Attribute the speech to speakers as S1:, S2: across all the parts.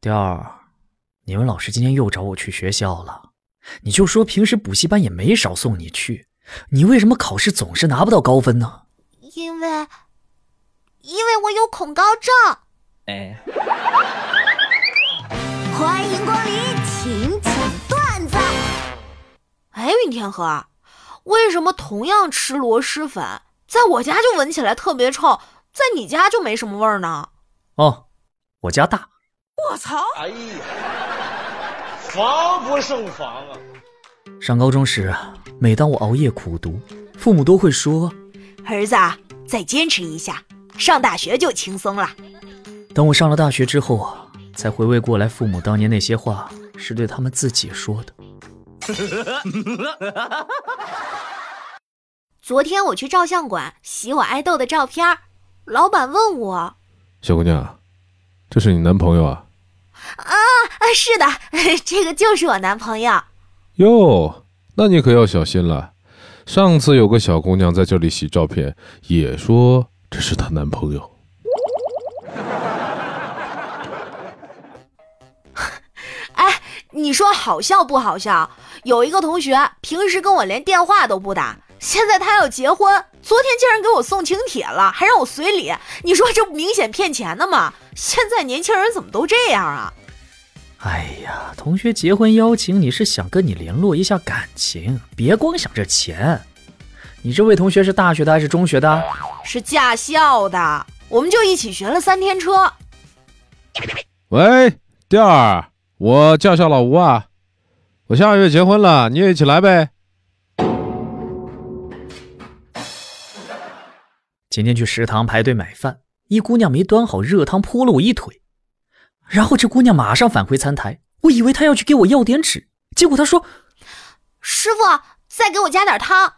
S1: 第二，你们老师今天又找我去学校了，你就说平时补习班也没少送你去，你为什么考试总是拿不到高分呢？
S2: 因为，因为我有恐高症。
S1: 哎，
S2: 欢迎光临请讲段子。
S3: 哎，云天河，为什么同样吃螺蛳粉，在我家就闻起来特别臭，在你家就没什么味儿呢？
S1: 哦，我家大。
S3: 我操！
S4: 哎呀，防不胜防啊！
S1: 上高中时啊，每当我熬夜苦读，父母都会说。
S3: 儿子，啊再坚持一下，上大学就轻松了。
S1: 当我上了大学之后啊，才回味过来，父母当年那些话是对他们自己说的。
S3: 昨天我去照相馆洗我爱豆的照片儿，老板问我：“
S5: 小姑娘，啊这是你男朋友啊？
S3: 啊，是的， 这个就是我男朋友。
S5: 哟，那你可要小心了。上次有个小姑娘在这里洗照片，也说这是她男朋友。
S3: 你说好笑不好笑？有一个同学平时跟我连电话都不打，现在他要结婚，昨天竟然给我送请帖了，还让我随礼。你说这不明显骗钱的吗？现在年轻人怎么都这样啊？
S1: 哎呀，同学结婚邀请你是想跟你联络一下感情，别光想着钱。你这位同学是大学的还是中学的？啊
S3: 是驾校的，我们就一起学了三天车。
S5: 喂，调儿，我叫校老吴啊，我下个月结婚了，你也一起来呗。
S1: 今天去食堂排队买饭，一姑娘没端好热汤，泼了我一腿。然后这姑娘马上返回餐台，我以为她要去给我要点纸，结果她说
S3: 师傅，再给我加点汤。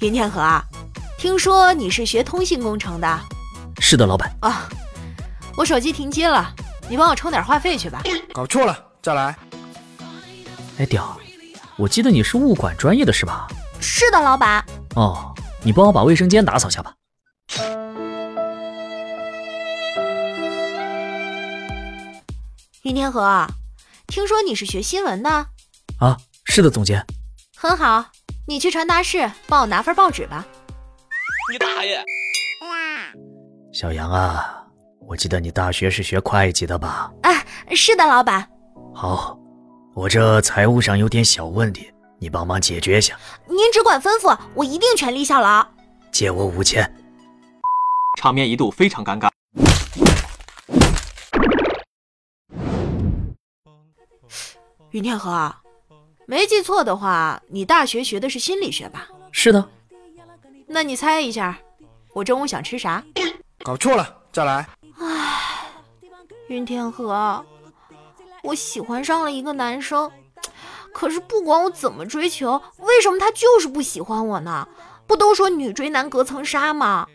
S3: 云天河啊，听说你是学通信工程的啊、：“
S1: 是的，老板。
S3: 我手机停机了，你帮我充点话费去吧。
S4: 搞错了，再来。”
S1: 哎，屌儿，我记得你是物管专业的是吧？
S3: 是的，老板。
S1: 哦，你帮我把卫生间打扫下吧。
S3: 云天河啊，听说你是学新闻的，
S1: 啊，是的，总监。
S3: 很好，你去传达室帮我拿份报纸吧。
S4: 你大爷！
S1: 小杨啊，我记得你大学是学会计的吧？
S3: 是的，老板。
S1: 好，我这财务上有点小问题，你帮忙解决一下，
S3: 您只管吩咐，我一定全力效劳。
S1: 借我五千。
S6: 场面一度非常尴尬。
S3: 云天河啊，没记错的话，你大学学的是心理学吧？
S1: 是的，
S3: 那你猜一下，我中午想吃啥？
S4: 搞错了，再来。
S3: 云天河，我喜欢上了一个男生，可是不管我怎么追求，为什么他就是不喜欢我呢？不都说女追男隔层纱吗？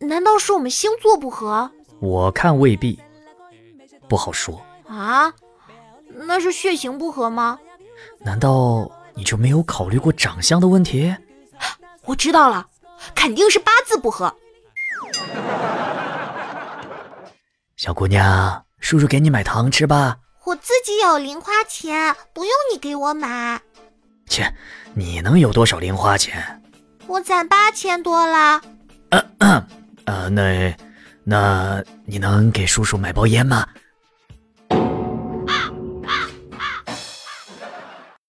S3: 难道是我们星座不合
S1: 我看未必，不好说。
S3: 啊？那是血型不合吗？
S1: 难道你就没有考虑过长相的问题？
S3: 我知道了，肯定是八字不合。
S1: 小姑娘，叔叔给你买糖吃吧。
S2: 我自己有零花钱，不用你给我买。
S1: 切，你能有多少零花钱？
S2: 我攒八千多了，
S1: 呃，那，那你能给叔叔买包烟吗？